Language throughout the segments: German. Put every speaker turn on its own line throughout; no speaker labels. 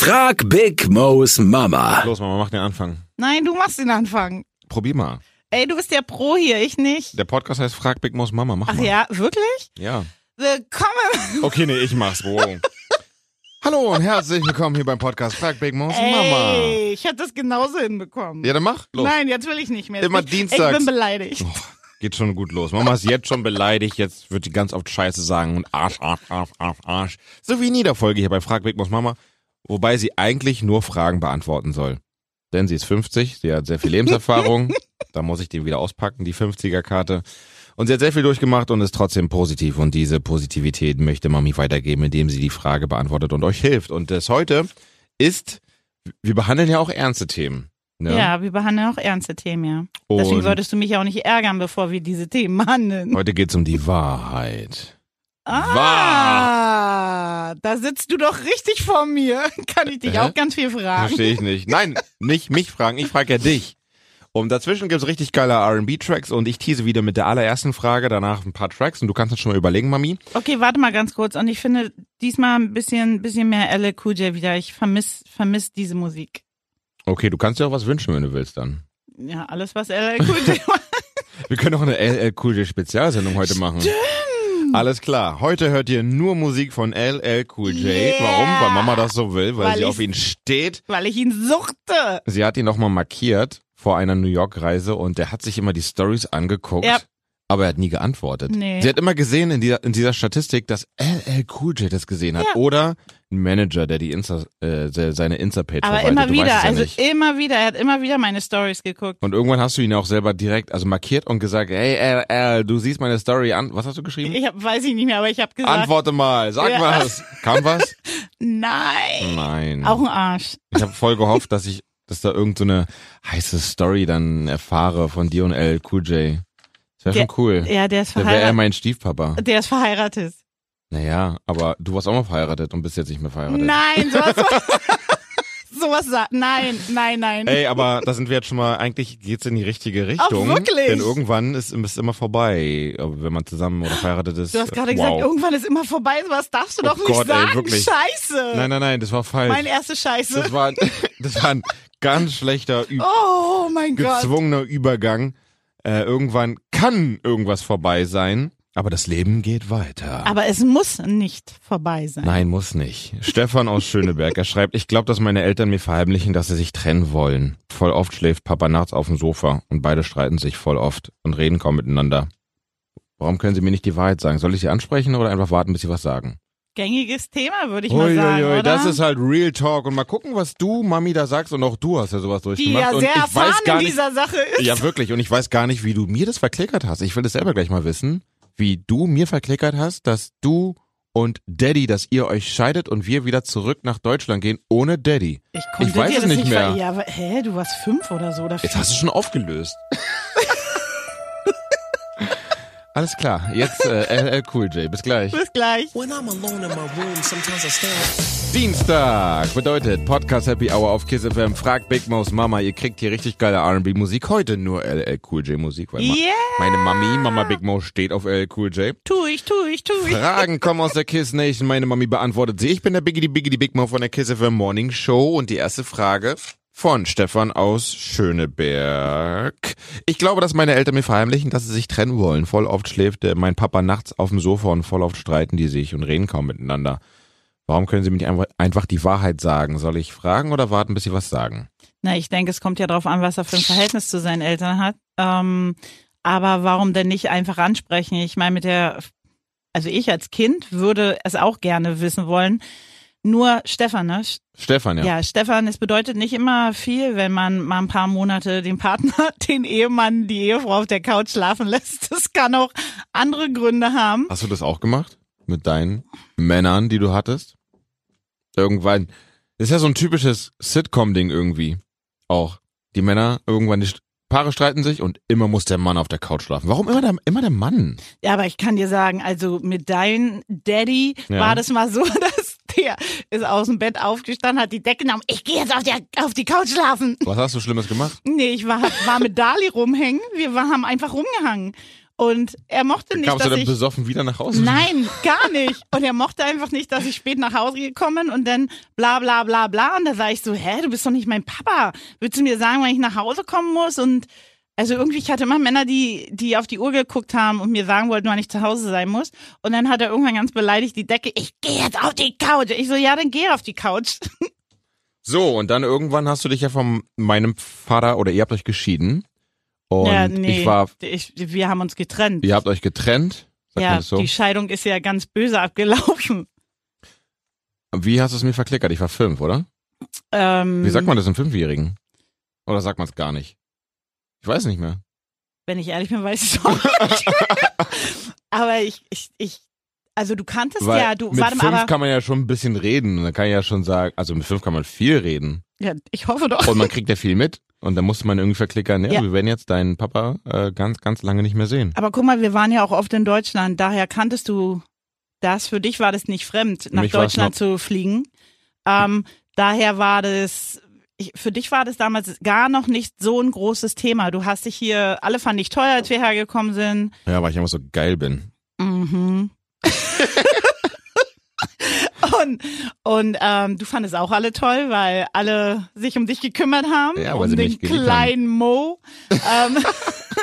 Frag Big Mo's Mama.
Los, Mama, mach den Anfang.
Nein, du machst den Anfang.
Probier mal.
Ey, du bist der Pro hier, ich nicht.
Der Podcast heißt Frag Big Mo's Mama. Mach
Ach
mal.
ja, wirklich?
ja.
Willkommen.
Okay, nee, ich mach's. Wow. Hallo und herzlich willkommen hier beim Podcast Frag Big Mo's Mama.
Ey, ich hätte das genauso hinbekommen.
Ja, dann mach. Los.
Nein, jetzt will ich nicht mehr.
Immer
ich,
dienstags.
Ich bin beleidigt.
Oh, Geht schon gut los. Mama ist jetzt schon beleidigt. Jetzt wird sie ganz oft Scheiße sagen und Arsch, Arsch, Arsch, Arsch, Arsch. So wie in jeder Folge hier bei Frag Big Mo's Mama. Wobei sie eigentlich nur Fragen beantworten soll. Denn sie ist 50, sie hat sehr viel Lebenserfahrung. da muss ich den wieder auspacken, die 50er-Karte. Und sie hat sehr viel durchgemacht und ist trotzdem positiv. Und diese Positivität möchte Mami weitergeben, indem sie die Frage beantwortet und euch hilft. Und das heute ist, wir behandeln ja auch ernste Themen. Ne?
Ja. wir behandeln auch ernste Themen, ja. Deswegen
und
solltest du mich auch nicht ärgern, bevor wir diese Themen behandeln.
heute geht's um die Wahrheit.
Ah, da sitzt du doch richtig vor mir. Kann ich dich
Hä?
auch ganz viel fragen?
Verstehe ich nicht. Nein, nicht mich fragen, ich frage ja dich. Und dazwischen gibt's richtig geile RB-Tracks und ich tease wieder mit der allerersten Frage, danach ein paar Tracks und du kannst das schon mal überlegen, Mami.
Okay, warte mal ganz kurz. Und ich finde diesmal ein bisschen, bisschen mehr LL Cool J wieder. Ich vermiss, vermiss diese Musik.
Okay, du kannst dir auch was wünschen, wenn du willst dann.
Ja, alles, was LL Cool J macht.
Wir können auch eine LL Cool J Spezialsendung heute machen. Alles klar, heute hört ihr nur Musik von LL Cool J.
Yeah.
Warum? Weil Mama das so will, weil,
Weil
sie
ich-
auf ihn steht.
Weil ich ihn suchte.
Sie hat ihn nochmal markiert vor einer New York-Reise und der hat sich immer die Stories angeguckt.
Ja.
Aber er hat nie geantwortet.
Nee.
Sie hat immer gesehen in dieser, in dieser Statistik, dass LL Cool J das gesehen hat.
Ja.
Oder ein Manager, der die Insta, äh, se- seine Insta-Page
Aber
verwaltet.
immer
du
wieder,
weißt es ja
also
nicht.
immer wieder. Er hat immer wieder meine Stories geguckt.
Und irgendwann hast du ihn auch selber direkt, also markiert und gesagt, hey LL, du siehst meine Story an. Was hast du geschrieben?
Ich hab, weiß ich nicht mehr, aber ich habe gesagt,
Antworte mal, sag
Ja.
was. Kam was? Hm.
nein.
Nein.
Auch ein Arsch.
Ich habe voll gehofft, dass ich, dass da irgendeine so eine heiße Story dann erfahre von dir und LL Cool J. Das wäre
Der-
schon cool.
Ja, der ist
Da wäre er
verheiratet.
mein Stiefpapa.
Der ist verheiratet.
Naja, aber du warst auch mal verheiratet und bist jetzt nicht mehr verheiratet.
Nein, sowas. sowas sagt. Nein, nein, nein.
Ey, aber da sind wir jetzt schon mal, eigentlich geht's in die richtige Richtung.
Ach, wirklich?
Denn irgendwann ist es immer vorbei, wenn man zusammen oder verheiratet ist.
Du hast gerade
wow. Oh
gesagt, irgendwann ist immer vorbei, sowas darfst du doch nicht
Gott, ey,
sagen.
wirklich.
Scheiße.
Nein, nein, nein, das war falsch.
Meine erste Scheiße.
das, war, das war ein ganz schlechter, Ü
Oh mein Gott.
gezwungener Übergang. Äh, irgendwann kann irgendwas vorbei sein, aber das Leben geht weiter.
Aber es muss nicht vorbei sein.
Nein, muss nicht. Stefan aus Schöneberg, er schreibt, ich glaube, dass meine Eltern mir verheimlichen, dass sie sich trennen wollen. Voll oft schläft Papa nachts auf dem Sofa und beide streiten sich voll oft und reden kaum miteinander. Warum können sie mir nicht die Wahrheit sagen? Soll ich sie ansprechen oder einfach warten, bis sie was sagen?
Gängiges Thema, würde ich mal sagen. oder?
das ist halt Real Talk. Und mal gucken, was du, Mami, da sagst. Und auch du hast ja sowas
die
durchgemacht.
ja
und
sehr
ich
erfahren
weiß gar
in
nicht,
dieser Sache ist.
ja, wirklich. Und ich weiß gar nicht, wie du mir das verklickert hast. Ich will das selber gleich mal wissen, wie du mir verklickert hast, dass du und Daddy, dass ihr euch scheidet und wir wieder zurück nach Deutschland gehen ohne Daddy.
ich konnte
ich weiß
dir
es
das
nicht mehr.
ver- Ja, aber, hä, du warst fünf oder so oder
Jetzt
vier.
hast du schon aufgelöst. Alles klar, jetzt äh, LL Cool J, bis gleich.
Bis gleich.
When I'm alone in my room, sometimes I stare
Dienstag bedeutet Podcast Happy Hour auf Kiss FM. Frag Big Mouse Mama, ihr kriegt hier richtig geile R&B Musik. Heute nur LL Cool J Musik, weil ma-
Yeah.
meine Mami, Mama Big Mouse steht auf LL Cool J.
Tu ich, tu ich, tu ich.
Fragen kommen aus der Kiss Nation. Meine Mami beantwortet sie. Ich bin der Biggity Biggity Big Mo von der Kiss FM Morning Show. Und die erste Frage von Stefan aus Schöneberg. Ich glaube, dass meine Eltern mir verheimlichen, dass sie sich trennen wollen. Voll oft schläft äh, mein Papa nachts auf dem Sofa und voll oft streiten die sich und reden kaum miteinander. Warum können sie mir nicht einfach- einfach die Wahrheit sagen? Soll ich fragen oder warten, bis sie was sagen?
Na, ich denke, es kommt ja darauf an, was er für ein Verhältnis zu seinen Eltern hat. Ähm, aber warum denn nicht einfach ansprechen? Ich meine, mit der, also ich als Kind würde es auch gerne wissen wollen. Nur Stefan, ne?
Stefan, ja.
Ja, Stefan, es bedeutet nicht immer viel, wenn man mal ein paar Monate den Partner, den Ehemann, die Ehefrau auf der Couch schlafen lässt. Das kann auch andere Gründe haben.
Hast du das auch gemacht? Mit deinen Männern, die du hattest? Irgendwann. Das ist ja so ein typisches Sitcom-Ding irgendwie. Auch. Die Männer, irgendwann, die St- Paare streiten sich und immer muss der Mann auf der Couch schlafen. Warum immer der, immer der Mann?
Ja, aber ich kann dir sagen, also mit deinem Daddy
Ja.
war das mal so, dass der ist aus dem Bett aufgestanden, hat die Decke genommen. Ich gehe jetzt auf, der, auf die Couch schlafen.
Was hast du Schlimmes gemacht?
Nee, ich war, war mit Dali rumhängen. Wir war, haben einfach rumgehangen. Und er mochte nicht,
Kamst du
dass
dann
ich.
besoffen wieder nach Hause?
Nein, gar nicht. Und er mochte einfach nicht, dass ich spät nach Hause gekommen bin und dann bla bla bla bla. Und da sah ich so, hä, du bist doch nicht mein Papa. Willst du mir sagen, wann ich nach Hause kommen muss? Und also irgendwie, ich hatte immer Männer, die, die auf die Uhr geguckt haben und mir sagen wollten, wann ich zu Hause sein muss. Und dann hat er irgendwann ganz beleidigt die Decke, ich gehe jetzt auf die Couch. Ich so, ja, dann geh auf die Couch.
So, und dann irgendwann hast du dich ja von meinem Vater oder ihr habt euch geschieden. Und
ja, nee.
ich war,
ich, wir haben uns getrennt.
ihr habt euch getrennt. Sagt man
ja
das so?
die Scheidung ist ja ganz böse abgelaufen.
Wie hast du es mir verklickert? Ich war fünf, oder?
Ähm,
Wie sagt man das im Fünfjährigen? Oder sagt man es gar nicht? Ich weiß nicht mehr.
Wenn ich ehrlich bin, weiß ich es auch nicht. aber ich, ich, ich, also du kanntest
Weil
ja, du,
mit
warte
fünf
mal, aber,
kann man ja schon ein bisschen reden. Da kann ich ja schon sagen, also mit fünf kann man viel reden.
ja, ich hoffe doch.
Und man kriegt ja viel mit. Und dann musste man irgendwie verklickern, ja,
Ja.
wir werden jetzt deinen Papa äh, ganz, ganz lange nicht mehr sehen.
Aber guck mal, wir waren ja auch oft in Deutschland, daher kanntest du das, für dich war das nicht fremd, nach
mich war's
Deutschland zu fliegen. Ähm, daher war das, ich, für dich war das damals gar noch nicht so ein großes Thema. Du hast dich hier, alle fanden dich teuer, als wir hergekommen sind.
Ja, weil ich immer so geil bin.
Mhm. und und ähm, du fandest auch alle toll, weil alle sich um dich gekümmert haben,
Ja, weil
um
sie
den
mich geliebt
kleinen Mo. ähm,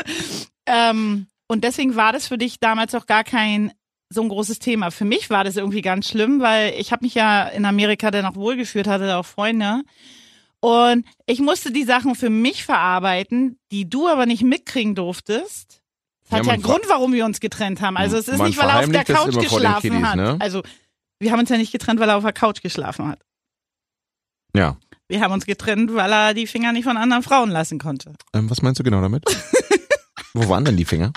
ähm, und deswegen war das für dich damals auch gar kein so ein großes Thema. Für mich war das irgendwie ganz schlimm, weil ich habe mich ja in Amerika dann auch wohlgefühlt, hatte auch Freunde. Und ich musste die Sachen für mich verarbeiten, die du aber nicht mitkriegen durftest. Das
Ja,
hat ja,
man
einen
ver-
Grund, warum wir uns getrennt haben. Also es ist
Man
nicht, weil er auf der
verheimlicht das immer
Couch
vor den
geschlafen
Kiddies,
hat.
ne?
Also wir haben uns ja nicht getrennt, weil er auf der Couch geschlafen hat.
Ja.
Wir haben uns getrennt, weil er die Finger nicht von anderen Frauen lassen konnte.
Ähm, was meinst du genau damit? Wo waren denn die Finger?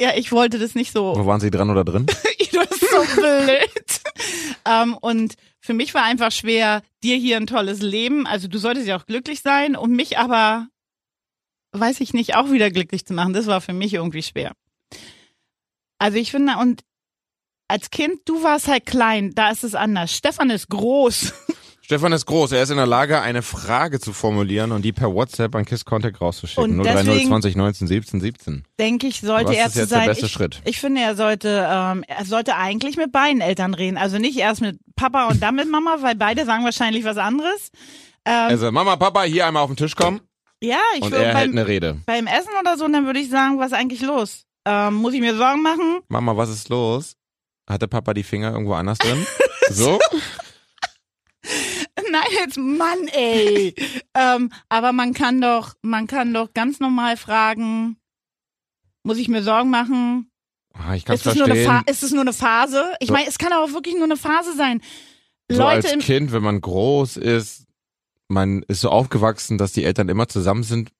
Ja, ich wollte das nicht so
Wo waren sie dran oder drin?
du bist so blöd. ähm, und für mich war einfach schwer, dir hier ein tolles Leben, also du solltest ja auch glücklich sein und mich aber, weiß ich nicht, auch wieder glücklich zu machen. Das war für mich irgendwie schwer. Also ich finde, und als Kind, du warst halt klein, da ist es anders. Stefan ist groß.
Stefan ist groß. Er ist in der Lage, eine Frage zu formulieren und die per WhatsApp an Kiss Contact rauszuschicken.
Und
030
deswegen- Ähm,
20 19 17 17.
denke ich, sollte
Was
er
ist
zu
jetzt der
sein.
beste
ich,
Schritt?
ich finde, er sollte, ähm, er sollte eigentlich mit beiden Eltern reden. Also nicht erst mit Papa und dann mit Mama, weil beide sagen wahrscheinlich was anderes. Ähm,
Also, Mama, Papa, hier einmal auf den Tisch kommen.
ja, ich
und
würde
er hält
beim,
eine Rede.
beim Essen oder so, und dann würde ich sagen, was ist eigentlich los? Ähm, muss ich mir Sorgen machen?
Mama, was ist los? Hatte Papa die Finger irgendwo anders drin? So?
Nein, jetzt Mann, ey. ähm, aber man kann doch, man kann doch ganz normal fragen, muss ich mir Sorgen machen?
Ah, ich kann
Ist es, nur eine Pha-
verstehen.
ist es nur eine Phase? Ich
So.
meine, es kann aber auch wirklich nur eine Phase sein.
So
Leute
als
im
Kind, wenn man groß ist, man ist so aufgewachsen, dass die Eltern immer zusammen sind.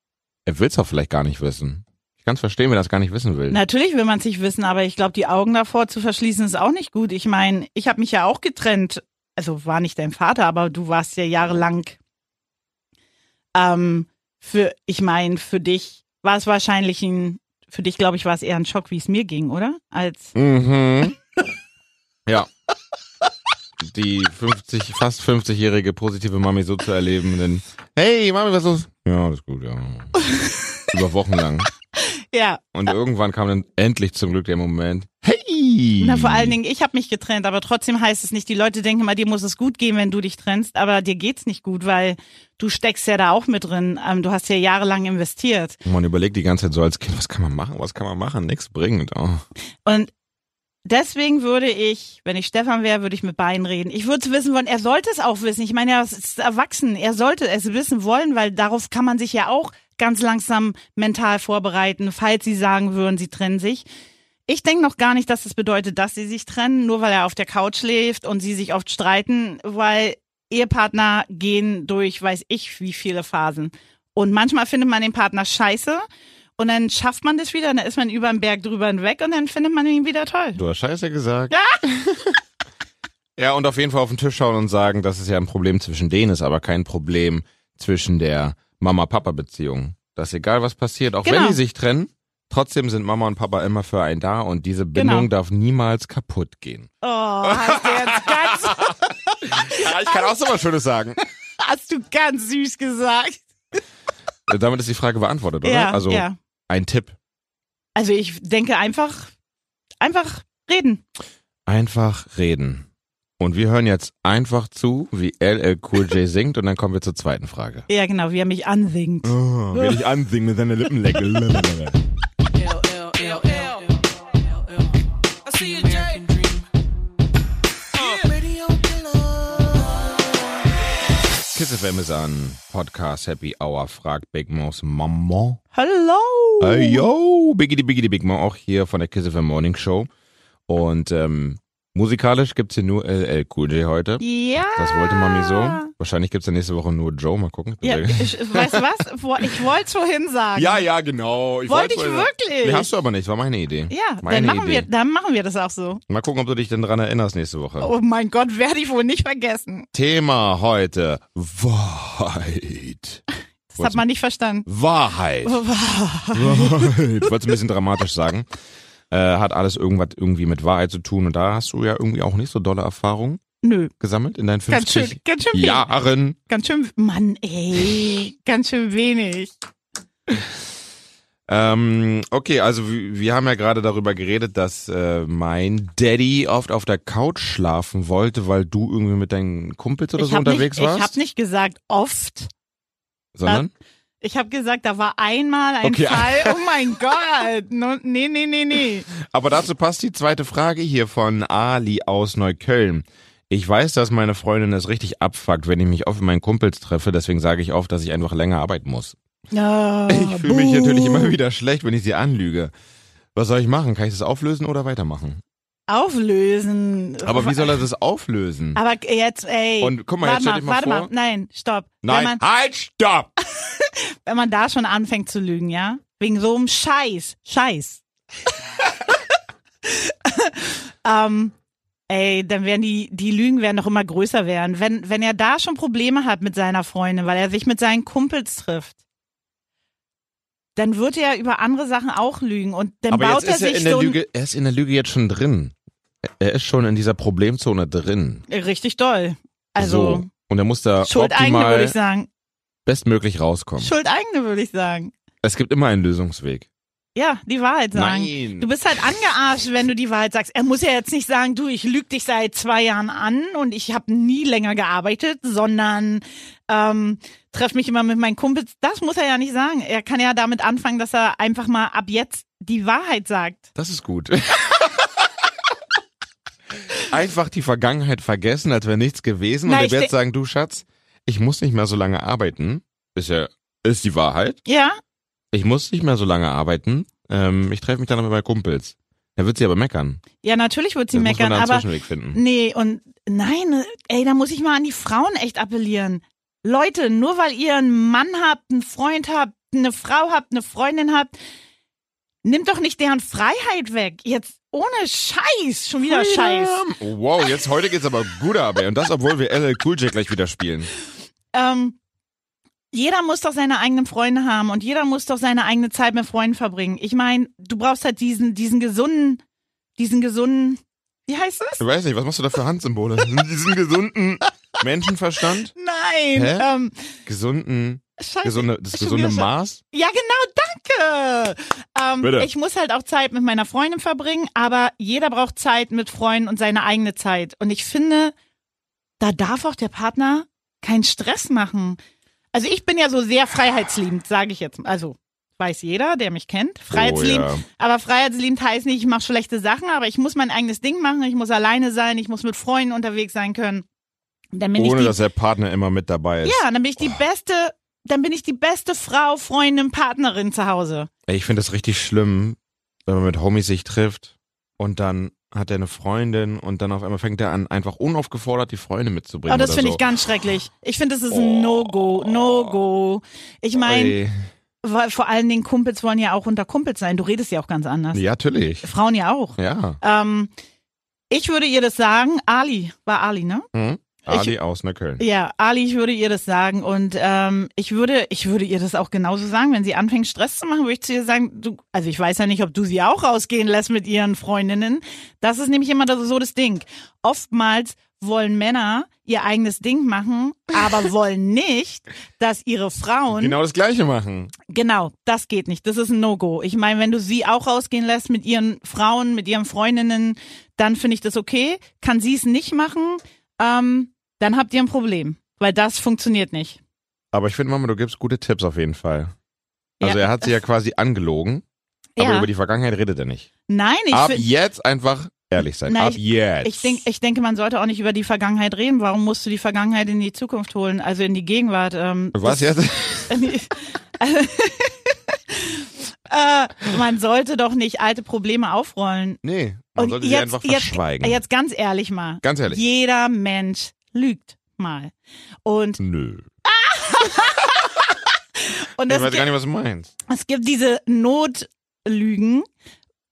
Er will es auch vielleicht gar nicht wissen. Ich kann es verstehen, wenn er es gar nicht wissen will.
Natürlich will man es nicht wissen, aber ich glaube, die Augen davor zu verschließen ist auch nicht gut. Ich meine, ich habe mich ja auch getrennt. Also war nicht dein Vater, aber du warst ja jahrelang. Ähm, für, ich meine, für dich war es wahrscheinlich ein, für dich glaube ich, war es eher ein Schock, wie es mir ging, oder? Als
Mhm. Ja. Die 50, fast 50-jährige positive Mami so zu erleben, denn, hey, Mami, was ist los? Ja, alles gut, ja. Über Wochen lang.
ja.
Und irgendwann kam dann endlich zum Glück der Moment, hey!
Na, vor allen Dingen, ich habe mich getrennt, aber trotzdem heißt es nicht, die Leute denken immer, dir muss es gut gehen, wenn du dich trennst, aber dir geht's nicht gut, weil du steckst ja da auch mit drin. Ähm, du hast ja jahrelang investiert.
Man überlegt die ganze Zeit so als Kind, was kann man machen, was kann man machen, nichts bringend. Oh.
Und deswegen würde ich, wenn ich Stefan wäre, würde ich mit beiden reden. Ich würde es wissen wollen. Er sollte es auch wissen. Ich meine, er ist erwachsen. Er sollte es wissen wollen, weil darauf kann man sich ja auch ganz langsam mental vorbereiten, falls sie sagen würden, sie trennen sich. Ich denke noch gar nicht, dass das bedeutet, dass sie sich trennen, nur weil er auf der Couch schläft und sie sich oft streiten, weil Ehepartner gehen durch weiß ich wie viele Phasen. Und manchmal findet man den Partner scheiße und dann schafft man das wieder, und dann ist man über den Berg drüber hinweg und dann findet man ihn wieder toll.
Du hast Scheiße gesagt. Ja. ja, und auf jeden Fall auf den Tisch schauen und sagen, dass es ja ein Problem zwischen denen ist, aber kein Problem zwischen der Mama-Papa-Beziehung. Dass egal was passiert, auch wenn
Genau.
die sich trennen, trotzdem sind Mama und Papa immer für einen da und diese
Genau.
Bindung darf niemals kaputt gehen.
Oh, hast du jetzt ganz,
Ja, ich kann auch so was Schönes sagen.
hast du ganz süß gesagt.
Damit ist die Frage beantwortet, oder?
Ja,
also
ja.
ein Tipp.
Also ich denke einfach, einfach reden.
Einfach reden. Und wir hören jetzt einfach zu, wie LL Cool J singt und dann kommen wir zur zweiten Frage.
Ja, genau, wie er mich ansingt.
Oh, will ich ansingen mit seiner Lippenlecke.
I see you, Jay. Radio Killer.
Kiss FM ist an. Podcast Happy Hour fragt Big Mo's Mama.
Hello!
Hey, yo, Biggity Biggity Big Mo, auch hier von der Kiss FM Morning Show. Und ähm, musikalisch gibt's hier nur LL Cool J heute.
Ja!
Das wollte Mami so. Wahrscheinlich gibt's ja nächste Woche nur Joe. Mal gucken.
Ja, ich, weißt du was? Wo- Ich wollte es vorhin sagen.
ja, ja, genau.
Wollte
weiß,
ich
woher-
wirklich.
Nee, hast du aber nicht. War meine Idee.
Ja, dann
meine
machen, wir,
Idee.
dann machen wir das auch so.
Mal gucken, ob du dich denn dran erinnerst nächste Woche.
Oh mein Gott, werde ich wohl nicht vergessen.
Thema heute. Wahrheit.
Das hat man nicht verstanden.
Wahrheit. Wahrheit. Wolltest ein bisschen dramatisch sagen. Äh, hat alles irgendwas irgendwie mit Wahrheit zu tun und da hast du ja irgendwie auch nicht so dolle Erfahrungen
Nö,
gesammelt in deinen
ganz
50
schön, ganz schön wenig.
Jahren.
Ganz schön, Mann, ey, ganz schön wenig.
Ähm, okay, also w- wir haben ja gerade darüber geredet, dass äh, mein Daddy oft auf der Couch schlafen wollte, weil du irgendwie mit deinen Kumpels oder
ich
so
habe
unterwegs
nicht, ich
warst.
hab nicht gesagt oft.
sondern?
Ich habe gesagt, da war einmal ein
Okay.
Fall. Oh mein Gott. No, nee, nee, nee, nee.
Aber dazu passt die zweite Frage hier von Ali aus Neukölln. Ich weiß, dass meine Freundin es richtig abfuckt, wenn ich mich oft mit meinen Kumpels treffe, deswegen sage ich oft, dass ich einfach länger arbeiten muss.
Oh,
Ich fühle mich natürlich immer wieder schlecht, wenn ich sie anlüge. Was soll ich machen? Kann ich das auflösen oder weitermachen?
Auflösen.
Aber wie soll er das auflösen?
Aber jetzt, ey.
Und guck mal,
warte
jetzt stell dich mal
warte
vor-
mal. Nein, stopp. Wenn,
Nein,
man,
halt, stopp!
wenn man da schon anfängt zu lügen, ja? Wegen so einem Scheiß. Scheiß. ähm, ey, dann werden die, die Lügen werden doch immer größer werden. Wenn, wenn er da schon Probleme hat mit seiner Freundin, weil er sich mit seinen Kumpels trifft, dann wird er über andere Sachen auch lügen und dann
Aber
baut
jetzt ist
er
er
sich
in der
so ein-
Lüge, er ist in der Lüge jetzt schon drin. Er ist schon in dieser Problemzone drin.
richtig doll. Also
so. Und er muss da
Schuldeigene würde
optimal
ich sagen.
bestmöglich rauskommen.
Schuldeigene würde ich sagen.
Es gibt immer einen Lösungsweg.
Ja, die Wahrheit sagen.
Nein.
Du bist halt angearscht, wenn du die Wahrheit sagst. Er muss ja jetzt nicht sagen, du, ich lüge dich seit zwei Jahren an und ich habe nie länger gearbeitet, sondern ähm, treff mich immer mit meinen Kumpels. Das muss er ja nicht sagen. Er kann ja damit anfangen, dass er einfach mal ab jetzt die Wahrheit sagt.
Das ist gut. Einfach die Vergangenheit vergessen, als wäre nichts gewesen.
Nein,
und
ich
er wird
de-
sagen, du Schatz, ich muss nicht mehr so lange arbeiten. Ist ja, ist die Wahrheit.
Ja,
Ich muss nicht mehr so lange arbeiten. Ähm, ich treffe mich dann noch mit meinen Kumpels. Er wird sie aber meckern.
ja, natürlich wird sie
Dann
meckern,
muss man da einen
aber
Zwischenweg finden.
nee und nein, ey, da muss ich mal an die Frauen echt appellieren. Leute, nur weil ihr einen Mann habt, einen Freund habt, eine Frau habt, eine Freundin habt, nimmt doch nicht deren Freiheit weg. Jetzt ohne Scheiß, schon wieder Scheiß.
Oh, wow, jetzt heute geht's aber gut ab. ey. Und das, obwohl wir LL Cool J gleich wieder spielen.
ähm, jeder muss doch seine eigenen Freunde haben und jeder muss doch seine eigene Zeit mit Freunden verbringen. Ich meine, du brauchst halt diesen, diesen gesunden, diesen gesunden, wie heißt es?
Ich weiß nicht, was machst du da für Handsymbole? Diesen gesunden Menschenverstand?
Nein.
Hä?
Ähm,
Gesunden,
scheiße.
gesunde, das
Schon
gesunde
wieder schon-
Maß?
Ja, genau, danke. Ähm,
Bitte.
ich muss halt auch Zeit mit meiner Freundin verbringen, aber jeder braucht Zeit mit Freunden und seine eigene Zeit. Und ich finde, da darf auch der Partner keinen Stress machen. Also ich bin ja so sehr freiheitsliebend, sage ich jetzt. mal. Also weiß jeder, der mich kennt, freiheitsliebend.
Oh, ja.
Aber freiheitsliebend heißt nicht, ich mache schlechte Sachen, aber ich muss mein eigenes Ding machen, ich muss alleine sein, ich muss mit Freunden unterwegs sein können. Und Dann bin ich
Ohne
die
dass der Partner immer mit dabei ist.
ja, dann bin ich die beste, dann bin ich die beste Frau, Freundin, Partnerin zu Hause.
Ey, ich finde das richtig schlimm, wenn man mit Homies sich trifft und dann hat er eine Freundin und dann auf einmal fängt er an, einfach unaufgefordert die Freundin mitzubringen.
Aber Oh, das
oder
finde
so.
ich ganz schrecklich. Ich finde, das ist ein No-Go, No-Go. Ich meine,
Ey.
weil vor allen Dingen Kumpels wollen ja auch unter Kumpels sein. Du redest ja auch ganz anders.
Ja, natürlich.
Frauen ja auch.
Ja.
Ähm, ich würde ihr das sagen, Ali, war Ali, ne?
Hm? Ali aus Neukölln.
Ja, Ali, ich würde ihr das sagen und ähm, ich würde, ich würde ihr das auch genauso sagen, wenn sie anfängt Stress zu machen, würde ich zu ihr sagen, du, also ich weiß ja nicht, ob du sie auch rausgehen lässt mit ihren Freundinnen. Das ist nämlich immer das- so das Ding. Oftmals wollen Männer ihr eigenes Ding machen, aber wollen nicht, dass ihre Frauen
Genau das Gleiche machen.
Genau, das geht nicht. Das ist ein No-Go. Ich meine, wenn du sie auch rausgehen lässt mit ihren Frauen, mit ihren Freundinnen, dann finde ich das okay. Kann sie es nicht machen, ähm, dann habt ihr ein Problem, weil das funktioniert nicht.
Aber ich finde, Mama, du gibst gute Tipps auf jeden Fall. Also
Ja.
er hat sie ja quasi angelogen, aber
Ja.
über die Vergangenheit redet er nicht.
Nein, ich,
Ab
fi-
jetzt einfach ehrlich sein.
Nein,
Ab
ich-
jetzt.
ich, denk, ich denke, man sollte auch nicht über die Vergangenheit reden. Warum musst du die Vergangenheit in die Zukunft holen, also in die Gegenwart? Ähm,
Was jetzt?
äh, man sollte doch nicht alte Probleme aufrollen.
Nee, man sollte sie einfach verschweigen.
Jetzt ganz ehrlich mal.
Ganz ehrlich.
Jeder Mensch lügt mal. Und,
Nö.
und
Ich
es,
weiß
gibt,
gar nicht, was du meinst.
es gibt diese Notlügen,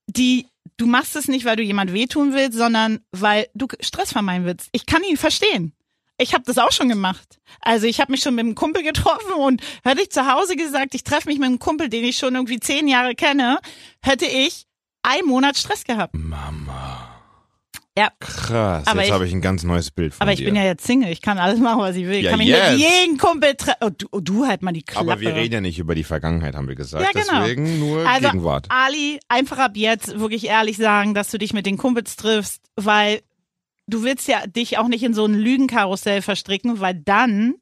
die du machst es nicht, weil du jemand wehtun willst, sondern weil du Stress vermeiden willst. Ich kann ihn verstehen. Ich habe das auch schon gemacht. Also ich habe mich schon mit einem Kumpel getroffen und hätte ich zu Hause gesagt, ich treffe mich mit einem Kumpel, den ich schon irgendwie zehn Jahre kenne, hätte ich einen Monat Stress gehabt.
Mama.
Ja.
Krass,
Aber
jetzt
ich-
habe ich ein ganz neues Bild von
Aber
dir.
ich bin ja jetzt Single, ich kann alles machen, was ich will. Ich
Ja,
kann mich
jetzt.
mit jedem Kumpel treffen. Oh, du, oh, du halt mal die Klappe.
Aber wir reden ja nicht über die Vergangenheit, haben wir gesagt.
Ja, genau.
Deswegen nur
Also,
Gegenwart.
Ali, einfach ab jetzt wirklich ehrlich sagen, dass du dich mit den Kumpels triffst, weil du willst ja dich auch nicht in so ein Lügenkarussell verstricken, weil dann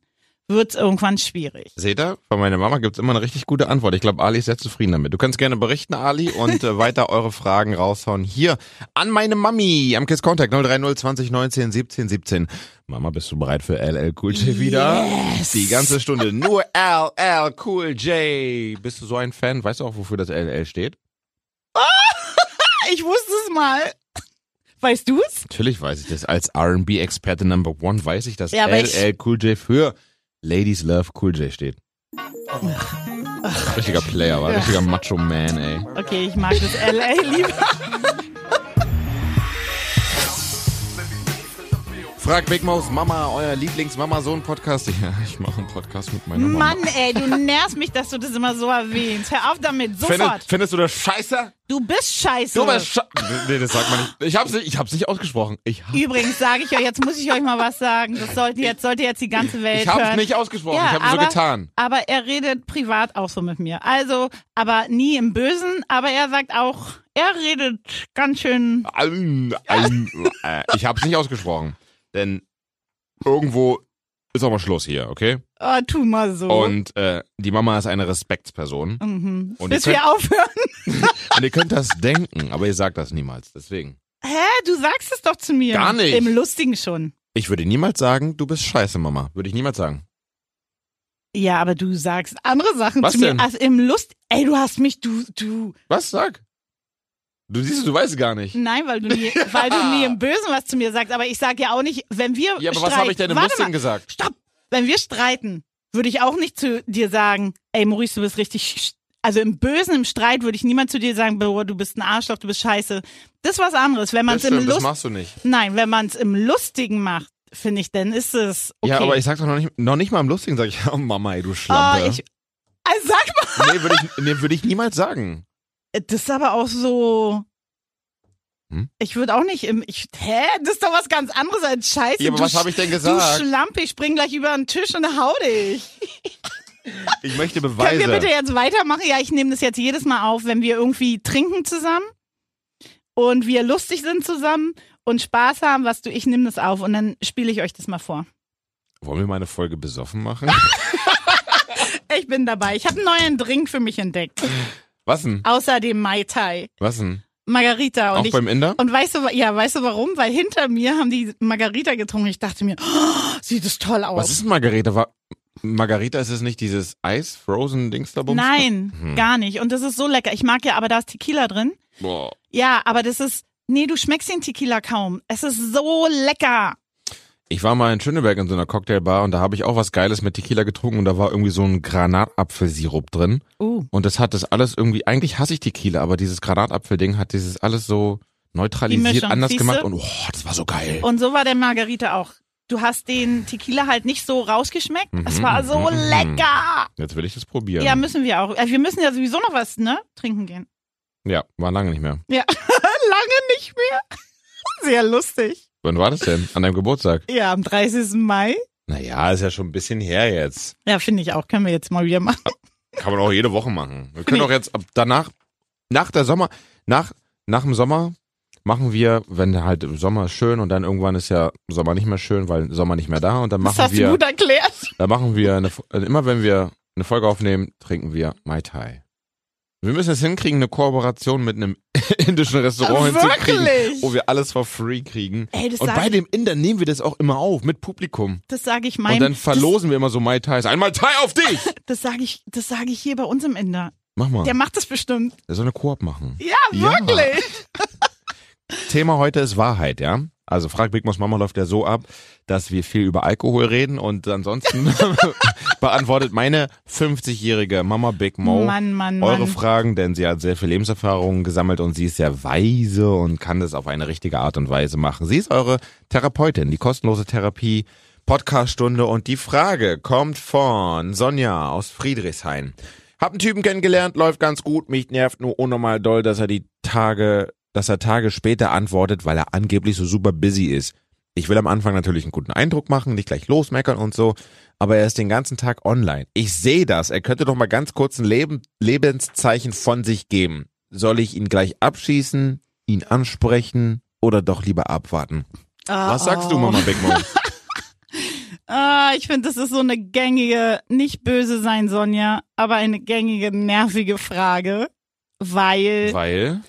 wird's irgendwann schwierig.
Seht ihr, von meiner Mama gibt's immer eine richtig gute Antwort. Ich glaube, Ali ist sehr zufrieden damit. Du kannst gerne berichten, Ali, und äh, weiter eure Fragen raushauen. Hier an meine Mami am Kiss Contact 030 20 19 17 17. Mama, bist du bereit für LL Cool J wieder?
Yes.
Die ganze Stunde nur LL Cool J. Bist du so ein Fan? Weißt du auch, wofür das LL steht?
Ich wusste es mal. Weißt du's?
Natürlich weiß ich das. Als R&B-Experte Number One weiß ich, dass
Ja, aber ich-
LL Cool J für Ladies Love Cool J steht. Richtiger Player, war richtiger Macho Man, ey.
Okay, ich mag das LA lieber.
Frag Big Mouse Mama, euer Lieblings-Mama-Sohn-Podcast. Ja, ich mache einen Podcast mit meiner Mama.
Mann, ey, du nervst mich, dass du das immer so erwähnst. Hör auf damit, sofort.
Findest, findest du das scheiße?
Du bist scheiße.
Du bist sche Nee, das sagt man nicht. Ich hab's nicht, ich hab's nicht ausgesprochen. Ich, hab,
Übrigens sage ich euch, jetzt muss ich euch mal was sagen. Das sollte jetzt, sollte jetzt die ganze Welt
ich hab's
hören.
nicht ausgesprochen.
Ja,
ich hab's so
aber-
getan.
Aber er redet privat auch so mit mir. Also, aber nie im Bösen, aber er sagt auch, er redet ganz schön.
Ähm, ähm, äh, Ich hab's nicht ausgesprochen. Denn irgendwo ist auch mal Schluss hier, okay?
Oh, tu mal so.
Und äh, die Mama ist eine Respektsperson.
mhm.
und
Bis
ihr
wir aufhören.
Und ihr könnt das denken, aber ihr sagt das niemals. Deswegen.
Hä? Du sagst es doch zu mir.
Gar nicht.
Im Lustigen schon.
Ich würde niemals sagen, du bist scheiße, Mama. Würde ich niemals sagen.
Ja, aber du sagst andere Sachen
Was
zu mir.
denn?
Also im Lust. Ey, du hast mich, du, du.
Was? Sag. Du siehst, es, du weißt es gar nicht.
Nein, weil du nie, weil du nie im Bösen was zu mir sagst. Aber ich sag ja auch nicht, wenn wir.
Ja, aber
streiten,
was habe ich denn im
Warte
Lustigen
mal.
gesagt?
Stopp! Wenn wir streiten, würde ich auch nicht zu dir sagen, ey Maurice, du bist richtig. sch- Also im Bösen, im Streit würde ich niemand zu dir sagen, boah, du bist ein Arschloch, du bist scheiße. Das ist was anderes. Wenn man
Das,
es im
stimmt, das
Lust
machst du nicht.
Nein, wenn man es im Lustigen macht, finde ich, dann ist es. Okay.
Ja, aber ich sag doch noch nicht, noch nicht mal im Lustigen, sag ich, oh Mama, ey, du Schlampe.
oh, ich. Also sag mal,
Nee, würde ich, nee, würd ich niemals sagen.
das ist aber auch so.
Hm?
Ich würde auch nicht im. Ich, hä? Das ist doch was ganz anderes als Scheiße.
Ja, aber
du
was habe ich denn
Du
gesagt?
Schlampe, ich spring gleich über den Tisch und hau dich.
Ich möchte
Können wir
Beweise.
bitte jetzt weitermachen? Ja, ich nehme das jetzt jedes Mal auf, wenn wir irgendwie trinken zusammen und wir lustig sind zusammen und Spaß haben, was du, ich nehme das auf und dann spiele ich euch das mal vor.
Wollen wir mal eine Folge besoffen machen?
Ich bin dabei. Ich habe einen neuen Drink für mich entdeckt.
Was denn?
Außer dem Mai Tai.
Was denn?
Margarita. Und
Auch
ich,
beim Inder?
und weißt du, wa- ja, weißt du warum? Weil hinter mir haben die Margarita getrunken. Ich dachte mir, oh, sieht das toll
Was
aus.
ist denn Margarita? Wa- Margarita ist es nicht dieses Eis, Frozen, Dings da Bums?
Nein,
Hm.
gar nicht. Und das ist so lecker. Ich mag ja, aber da ist Tequila drin.
Boah.
Ja, aber das ist, nee, du schmeckst den Tequila kaum. Es ist so lecker.
Ich war mal in Schöneberg in so einer Cocktailbar und da habe ich auch was Geiles mit Tequila getrunken und da war irgendwie so ein Granatapfelsirup drin.
Uh.
Und das hat das alles irgendwie, eigentlich hasse ich Tequila, aber dieses Granatapfelding hat dieses alles so neutralisiert,
Die Mischung,
anders
siehste?
gemacht und oh, das war so geil.
Und so war der Margarita auch. Du hast den Tequila halt nicht so rausgeschmeckt. Es
Mhm,
war so
mhm, mhm.
lecker.
Jetzt will ich das probieren.
Ja, müssen wir auch. Also wir müssen ja sowieso noch was, ne? Trinken gehen.
ja war lange nicht mehr.
Ja, lange nicht mehr. Sehr lustig.
Wann war das denn? An deinem Geburtstag?
Ja, am 30. Mai.
Naja, ist ja schon ein bisschen her jetzt.
Ja, finde ich auch. Können wir jetzt mal wieder machen.
Kann man auch jede Woche machen. Wir können auch jetzt ab danach, nach der Sommer, nach, nach dem Sommer machen wir, wenn halt im Sommer ist schön und dann irgendwann ist ja Sommer nicht mehr schön, weil Sommer nicht mehr da und dann
Das
machen
hast du
wir,
gut erklärt.
dann machen wir eine, Fo- also immer wenn wir eine Folge aufnehmen, trinken wir Mai Tai. Wir müssen es hinkriegen, eine Kooperation mit einem indischen Restaurant hinzukriegen,
Wirklich?
wo wir alles for free kriegen.
Ey, das
und bei
sage ich,
dem Inder nehmen wir das auch immer auf mit Publikum.
das sag ich meinem.
und dann
das
verlosen wir immer so Mai Tais. Ein Mai Tai auf dich!
das sage ich, das sag ich hier bei uns im Inder.
Mach mal.
Der macht das bestimmt.
Der soll eine Koop machen.
Ja,
Ah. Ja.
wirklich.
Thema heute ist Wahrheit, ja? Also frag Big Moss Mama läuft ja so ab, dass wir viel über Alkohol reden und ansonsten beantwortet meine 50-jährige Mama Big Mo
Mann, Mann,
eure
Mann.
Fragen, denn sie hat sehr viel Lebenserfahrung gesammelt und sie ist sehr weise und kann das auf eine richtige Art und Weise machen. Sie ist eure Therapeutin, die kostenlose Therapie Podcast-Stunde und die Frage kommt von Sonja aus Friedrichshain. Hab einen Typen kennengelernt, läuft ganz gut, mich nervt nur unnormal doll, dass er die Tage, dass er Tage später antwortet, weil er angeblich so super busy ist. Ich will am Anfang natürlich einen guten Eindruck machen, nicht gleich losmeckern und so, aber er ist den ganzen Tag online. Ich sehe das. Er könnte doch mal ganz kurz ein Leben, Lebenszeichen von sich geben. Soll ich ihn gleich abschießen, ihn ansprechen oder doch lieber abwarten? Was sagst du, Mama Big Mo?
Ah, ich finde, das ist so eine gängige, nicht böse sein, Sonja, aber eine gängige, nervige Frage. Weil
Weil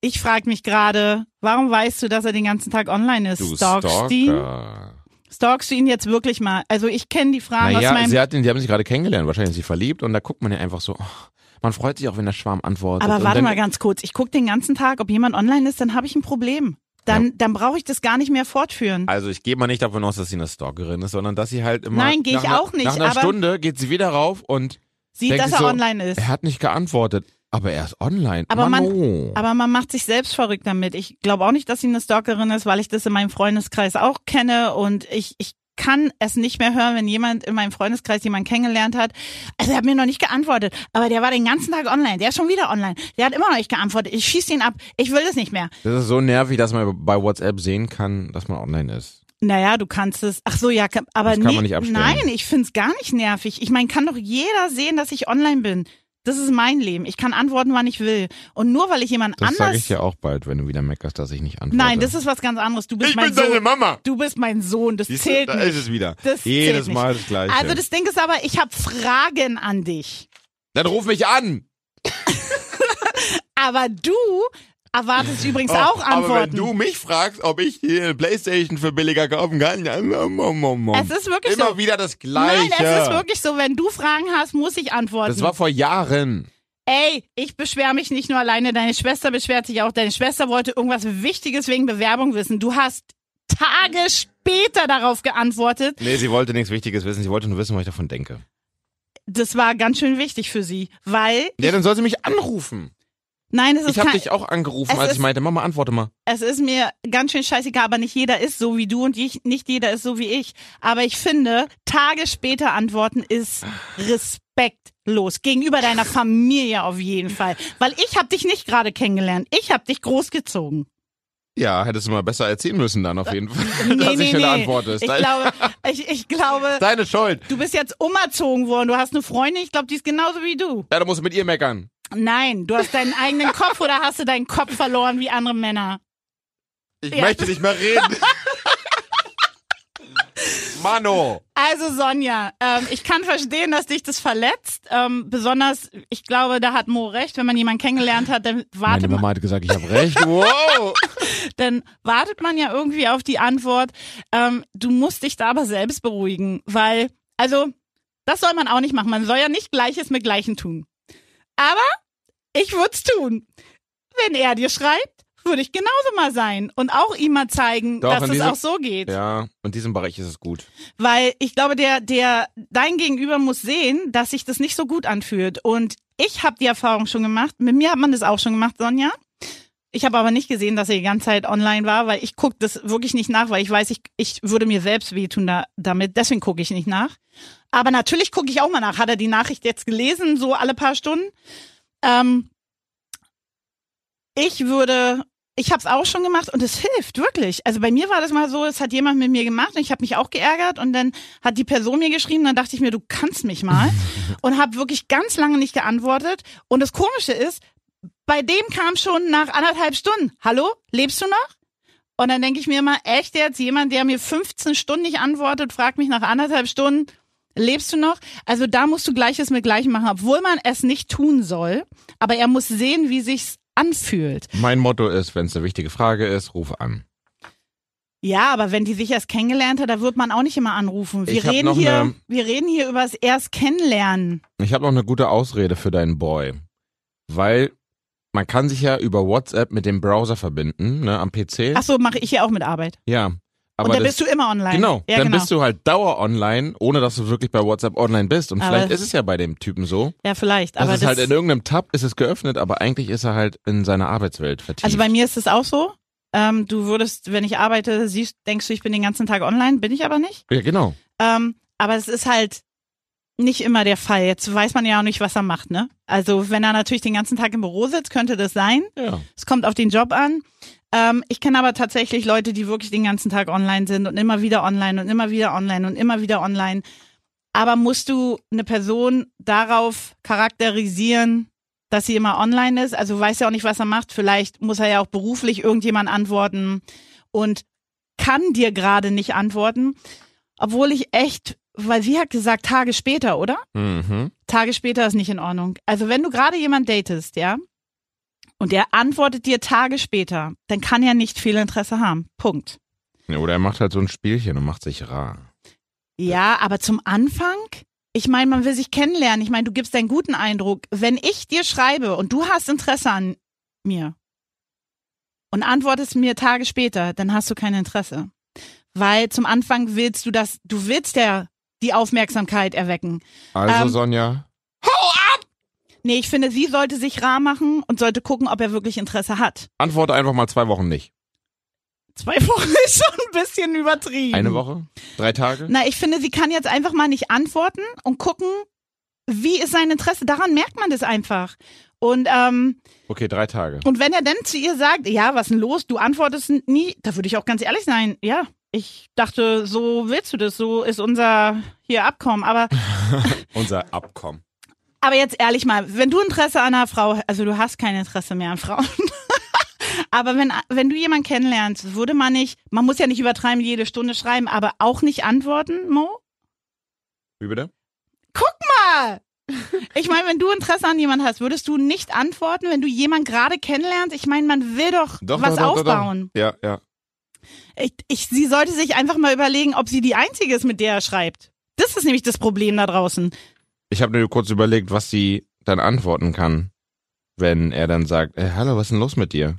ich frage mich gerade, warum weißt du, dass er den ganzen Tag online ist?
du
Stalkst du ihn?
Stalker.
Stalkst du ihn jetzt wirklich mal? Also ich kenne die Frage aus
Naja,
meinem
sie hat ihn, die haben sich gerade kennengelernt, wahrscheinlich ist sie verliebt und da guckt man ja einfach so, oh, man freut sich auch, wenn der Schwarm antwortet.
Aber
und
warte
dann,
mal ganz kurz. Ich gucke den ganzen Tag, ob jemand online ist, dann habe ich ein Problem. Dann, dann brauche ich das gar nicht mehr fortführen.
Also ich gehe mal nicht davon aus, dass sie eine Stalkerin ist, sondern dass sie halt immer.
Nein, geh
nach
ich
einer-
auch nicht,
Nach einer
aber-
Stunde geht sie wieder rauf und
Sieht,
denkt
dass
sich
er
so,
online ist.
er hat nicht geantwortet, aber er ist online.
Aber man-
Manu.
Aber man macht sich selbst verrückt damit. Ich glaube auch nicht, dass sie eine Stalkerin ist, weil ich das in meinem Freundeskreis auch kenne und ich, ich kann es nicht mehr hören, wenn jemand in meinem Freundeskreis jemanden kennengelernt hat. Also er hat mir noch nicht geantwortet, aber der war den ganzen Tag online. Der ist schon wieder online. Der hat immer noch nicht geantwortet. Ich schieße ihn ab. Ich will das nicht mehr.
Das ist so nervig, dass man bei WhatsApp sehen kann, dass man online ist.
Naja, du kannst es. Ach so, ja, kann- aber
Das kann man
nee,
nicht abstellen.
nein, ich find's gar nicht nervig. Ich meine, kann doch jeder sehen, dass ich online bin. Das ist mein Leben. Ich kann antworten, wann ich will. Und nur weil ich jemand
Das sage
anders.
ich dir auch bald, wenn du wieder meckerst, dass ich nicht antworte.
nein, das ist was ganz anderes. Du bist mein Sohn.
Mama.
Du bist mein Sohn. Das
Siehst du,
zählt
da
nicht.
ist es wieder.
Das
Jedes
zählt
Mal das Gleiche.
Also das Ding ist aber, ich habe Fragen an dich.
Dann ruf mich an.
Aber du erwartest übrigens
Oh,
auch Antworten.
Aber wenn du mich fragst, ob ich hier eine Playstation für billiger kaufen kann, ja, mom, mom, mom, mom.
Es ist wirklich
immer
so.
wieder das Gleiche.
Nein, es ist wirklich so, wenn du Fragen hast, muss ich antworten.
das war vor Jahren.
Ey, ich beschwere mich nicht nur alleine, deine Schwester beschwert sich auch. Deine Schwester wollte irgendwas Wichtiges wegen Bewerbung wissen. Du hast Tage später darauf geantwortet.
Nee, sie wollte nichts Wichtiges wissen. Sie wollte nur wissen, was ich davon denke.
Das war ganz schön wichtig für sie, weil
Ja, dann soll sie mich anrufen.
nein, es ist
Ich habe
kein,
dich auch angerufen,
Es
als ich
ist-
meinte, Mama, antworte mal.
es ist mir ganz schön scheißegal, aber nicht jeder ist so wie du und ich, nicht jeder ist so wie ich. Aber ich finde, Tage später antworten ist respektlos gegenüber deiner Familie auf jeden Fall, weil ich habe dich nicht gerade kennengelernt. Ich habe dich großgezogen.
Ja, hättest du mal besser erzählen müssen dann auf jeden Fall,
Äh, Nee,
dass
nee,
ich schneller
nee.
antwortest.
Ich
Dein-
glaube, ich, ich glaube
Deine Schuld.
du bist jetzt umerzogen worden. Du hast eine Freundin, ich glaube, die ist genauso wie du.
Ja, du musst mit ihr meckern.
Nein, du hast deinen eigenen Kopf oder hast du deinen Kopf verloren wie andere Männer?
Ich
Ja.
möchte nicht mehr reden. Mano.
Also Sonja, ähm, ich kann verstehen, dass dich das verletzt. Ähm, besonders, ich glaube, da hat Mo recht. Wenn man jemanden kennengelernt hat, dann wartet, man,
hat gesagt, ich habe recht. Wow.
dann wartet man ja irgendwie auf die Antwort. Ähm, du musst dich da aber selbst beruhigen, weil, also, das soll man auch nicht machen. Man soll ja nicht Gleiches mit Gleichen tun. Aber ich würde es tun. Wenn er dir schreibt, würde ich genauso mal sein und auch ihm mal zeigen,
Doch,
dass
in
es
diese-
auch so geht.
Ja, in diesem Bereich ist es gut.
Weil ich glaube, der, der, dein Gegenüber muss sehen, dass sich das nicht so gut anfühlt. Und ich habe die Erfahrung schon gemacht. Mit mir hat man das auch schon gemacht, Sonja. Ich habe aber nicht gesehen, dass er die ganze Zeit online war, weil ich gucke das wirklich nicht nach, weil ich weiß, ich, ich würde mir selbst wehtun da, damit. Deswegen gucke ich nicht nach. Aber natürlich gucke ich auch mal nach. Hat er die Nachricht jetzt gelesen, so alle paar Stunden? Ähm, ich würde Ich habe es auch schon gemacht und es hilft wirklich. Also bei mir war das mal so, es hat jemand mit mir gemacht und ich habe mich auch geärgert und dann hat die Person mir geschrieben, dann dachte ich mir, du kannst mich mal und habe wirklich ganz lange nicht geantwortet und das komische ist, bei dem kam schon nach anderthalb Stunden, hallo, lebst du noch? Und dann denke ich mir immer, echt jetzt jemand, der mir 15 Stunden nicht antwortet, fragt mich nach anderthalb Stunden, lebst du noch? Also da musst du Gleiches mit Gleichem machen, obwohl man es nicht tun soll, aber er muss sehen, wie sich's anfühlt.
Mein Motto ist, wenn es eine wichtige Frage ist, rufe an.
Ja, aber wenn die sich erst kennengelernt hat, da wird man auch nicht immer anrufen. Wir
Ich hab
reden
noch
hier,
eine-
wir reden hier über das erst kennenlernen.
Ich habe noch eine gute Ausrede für deinen Boy. Weil man kann sich ja über WhatsApp mit dem Browser verbinden, ne, am PC.
Ach so, mache ich hier auch mit Arbeit.
Ja. Aber
Und da
das,
bist du immer online.
Genau,
ja,
dann
genau.
bist du halt dauer online, ohne dass du wirklich bei WhatsApp online bist. Und
Aber-
vielleicht ist es ja bei dem Typen so.
ja vielleicht.
Das
Aber
ist halt in irgendeinem Tab ist es geöffnet, aber eigentlich ist er halt in seiner Arbeitswelt vertieft.
also bei mir ist es auch so. Ähm, du würdest, wenn ich arbeite, siehst, denkst du, ich bin den ganzen Tag online, bin ich aber nicht.
ja, genau.
Ähm, aber es ist halt nicht immer der Fall. Jetzt weiß man ja auch nicht, was er macht, ne? Also wenn er natürlich den ganzen Tag im Büro sitzt, könnte das sein.
Ja.
Es kommt auf den Job an. Ähm, ich kenne aber tatsächlich Leute, die wirklich den ganzen Tag online sind und immer wieder online und immer wieder online und immer wieder online. Aber musst du eine Person darauf charakterisieren, dass sie immer online ist? Also weiß ja auch nicht, was er macht. Vielleicht muss er ja auch beruflich irgendjemand antworten und kann dir gerade nicht antworten. Obwohl ich echt, weil sie hat gesagt, Tage später, oder?
Mhm.
Tage später ist nicht in Ordnung. Also wenn du gerade jemand datest, ja, und der antwortet dir Tage später, dann kann er nicht viel Interesse haben. Punkt.
Ja, Oder er macht halt so ein Spielchen und macht sich rar.
Ja, aber zum Anfang, ich meine, man will sich kennenlernen. Ich meine, du gibst einen guten Eindruck. Wenn ich dir schreibe und du hast Interesse an mir und antwortest mir Tage später, dann hast du kein Interesse. Weil zum Anfang willst du das, du willst ja die Aufmerksamkeit erwecken.
Also
Ähm,
Sonja,
Nee, ich finde, sie sollte sich rar machen und sollte gucken, ob er wirklich Interesse hat.
antworte einfach mal zwei Wochen nicht.
Zwei Wochen ist schon ein bisschen übertrieben.
Eine Woche? Drei Tage?
Na, ich finde, sie kann jetzt einfach mal nicht antworten und gucken, wie ist sein Interesse. Daran merkt man das einfach. Und, ähm,
Okay, drei Tage.
und wenn er dann zu ihr sagt, ja, was ist denn los, du antwortest n- nie, da würde ich auch ganz ehrlich sein, ja, ich dachte, so willst du das, so ist unser hier Abkommen. Aber,
Unser Abkommen.
aber jetzt ehrlich mal, wenn du Interesse an einer Frau, also du hast kein Interesse mehr an Frauen. Aber wenn, wenn du jemanden kennenlernst, würde man nicht, man muss ja nicht übertreiben, jede Stunde schreiben, aber auch nicht antworten, Mo?
Wie bitte?
Ah. Ich meine, wenn du Interesse an jemand hast, würdest du nicht antworten, wenn du jemanden gerade kennenlernst? Ich meine, man will doch,
Doch,
was
doch, doch, doch, doch.
aufbauen.
Ja, ja.
Ich, ich, sie sollte sich einfach mal überlegen, ob sie die Einzige ist, mit der er schreibt. Das ist nämlich das Problem da draußen.
Ich habe nur kurz überlegt, was sie dann antworten kann, wenn er dann sagt, hey, hallo, was ist denn los mit dir?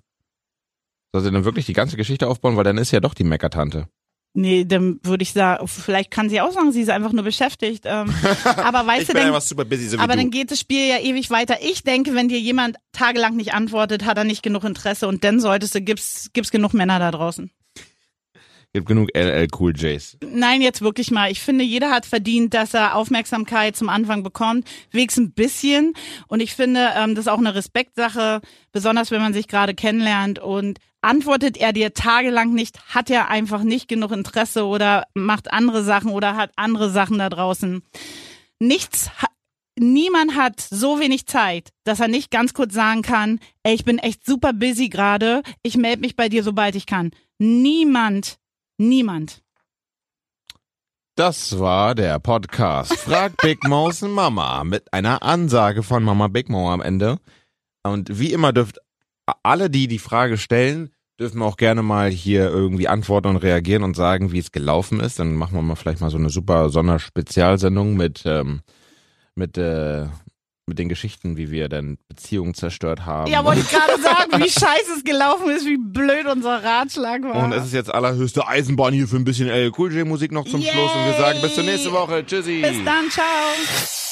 Soll sie dann wirklich die ganze Geschichte aufbauen, weil dann ist sie ja doch die Meckertante.
Nee, dann würde ich sagen, vielleicht kann sie auch sagen, sie ist einfach nur beschäftigt. Ähm, aber weißt du, dann,
super busy, so
aber dann geht das Spiel ja ewig weiter. Ich denke, wenn dir jemand tagelang nicht antwortet, hat er nicht genug Interesse und dann solltest du, gibt's, gibt's genug Männer da draußen.
Gibt genug LL Cool J's.
Nein, jetzt wirklich mal. Ich finde, jeder hat verdient, dass er Aufmerksamkeit zum Anfang bekommt. Wegs ein bisschen. Und ich finde, ähm, das ist auch eine Respektsache, besonders wenn man sich gerade kennenlernt. Und antwortet er dir tagelang nicht, hat er einfach nicht genug Interesse oder macht andere Sachen oder hat andere Sachen da draußen. Nichts, ha- niemand hat so wenig Zeit, dass er nicht ganz kurz sagen kann, ey, ich bin echt super busy gerade. Ich melde mich bei dir, sobald ich kann. Niemand, niemand.
Das war der Podcast Frag Big Maus Mama mit einer Ansage von Mama Big Mo am Ende. Und wie immer dürft alle, die die Frage stellen, dürfen auch gerne mal hier irgendwie antworten und reagieren und sagen, wie es gelaufen ist. Dann machen wir mal vielleicht mal so eine super Sonderspezialsendung mit ähm, mit äh, mit den Geschichten, wie wir dann Beziehungen zerstört haben.
Ja, wollte ich gerade sagen, wie scheiße es gelaufen ist, wie blöd unser Ratschlag war.
und es ist jetzt allerhöchste Eisenbahn hier für ein bisschen LL Cool J Musik noch zum Schluss und wir sagen bis zur nächsten Woche. Tschüssi.
Bis dann, ciao.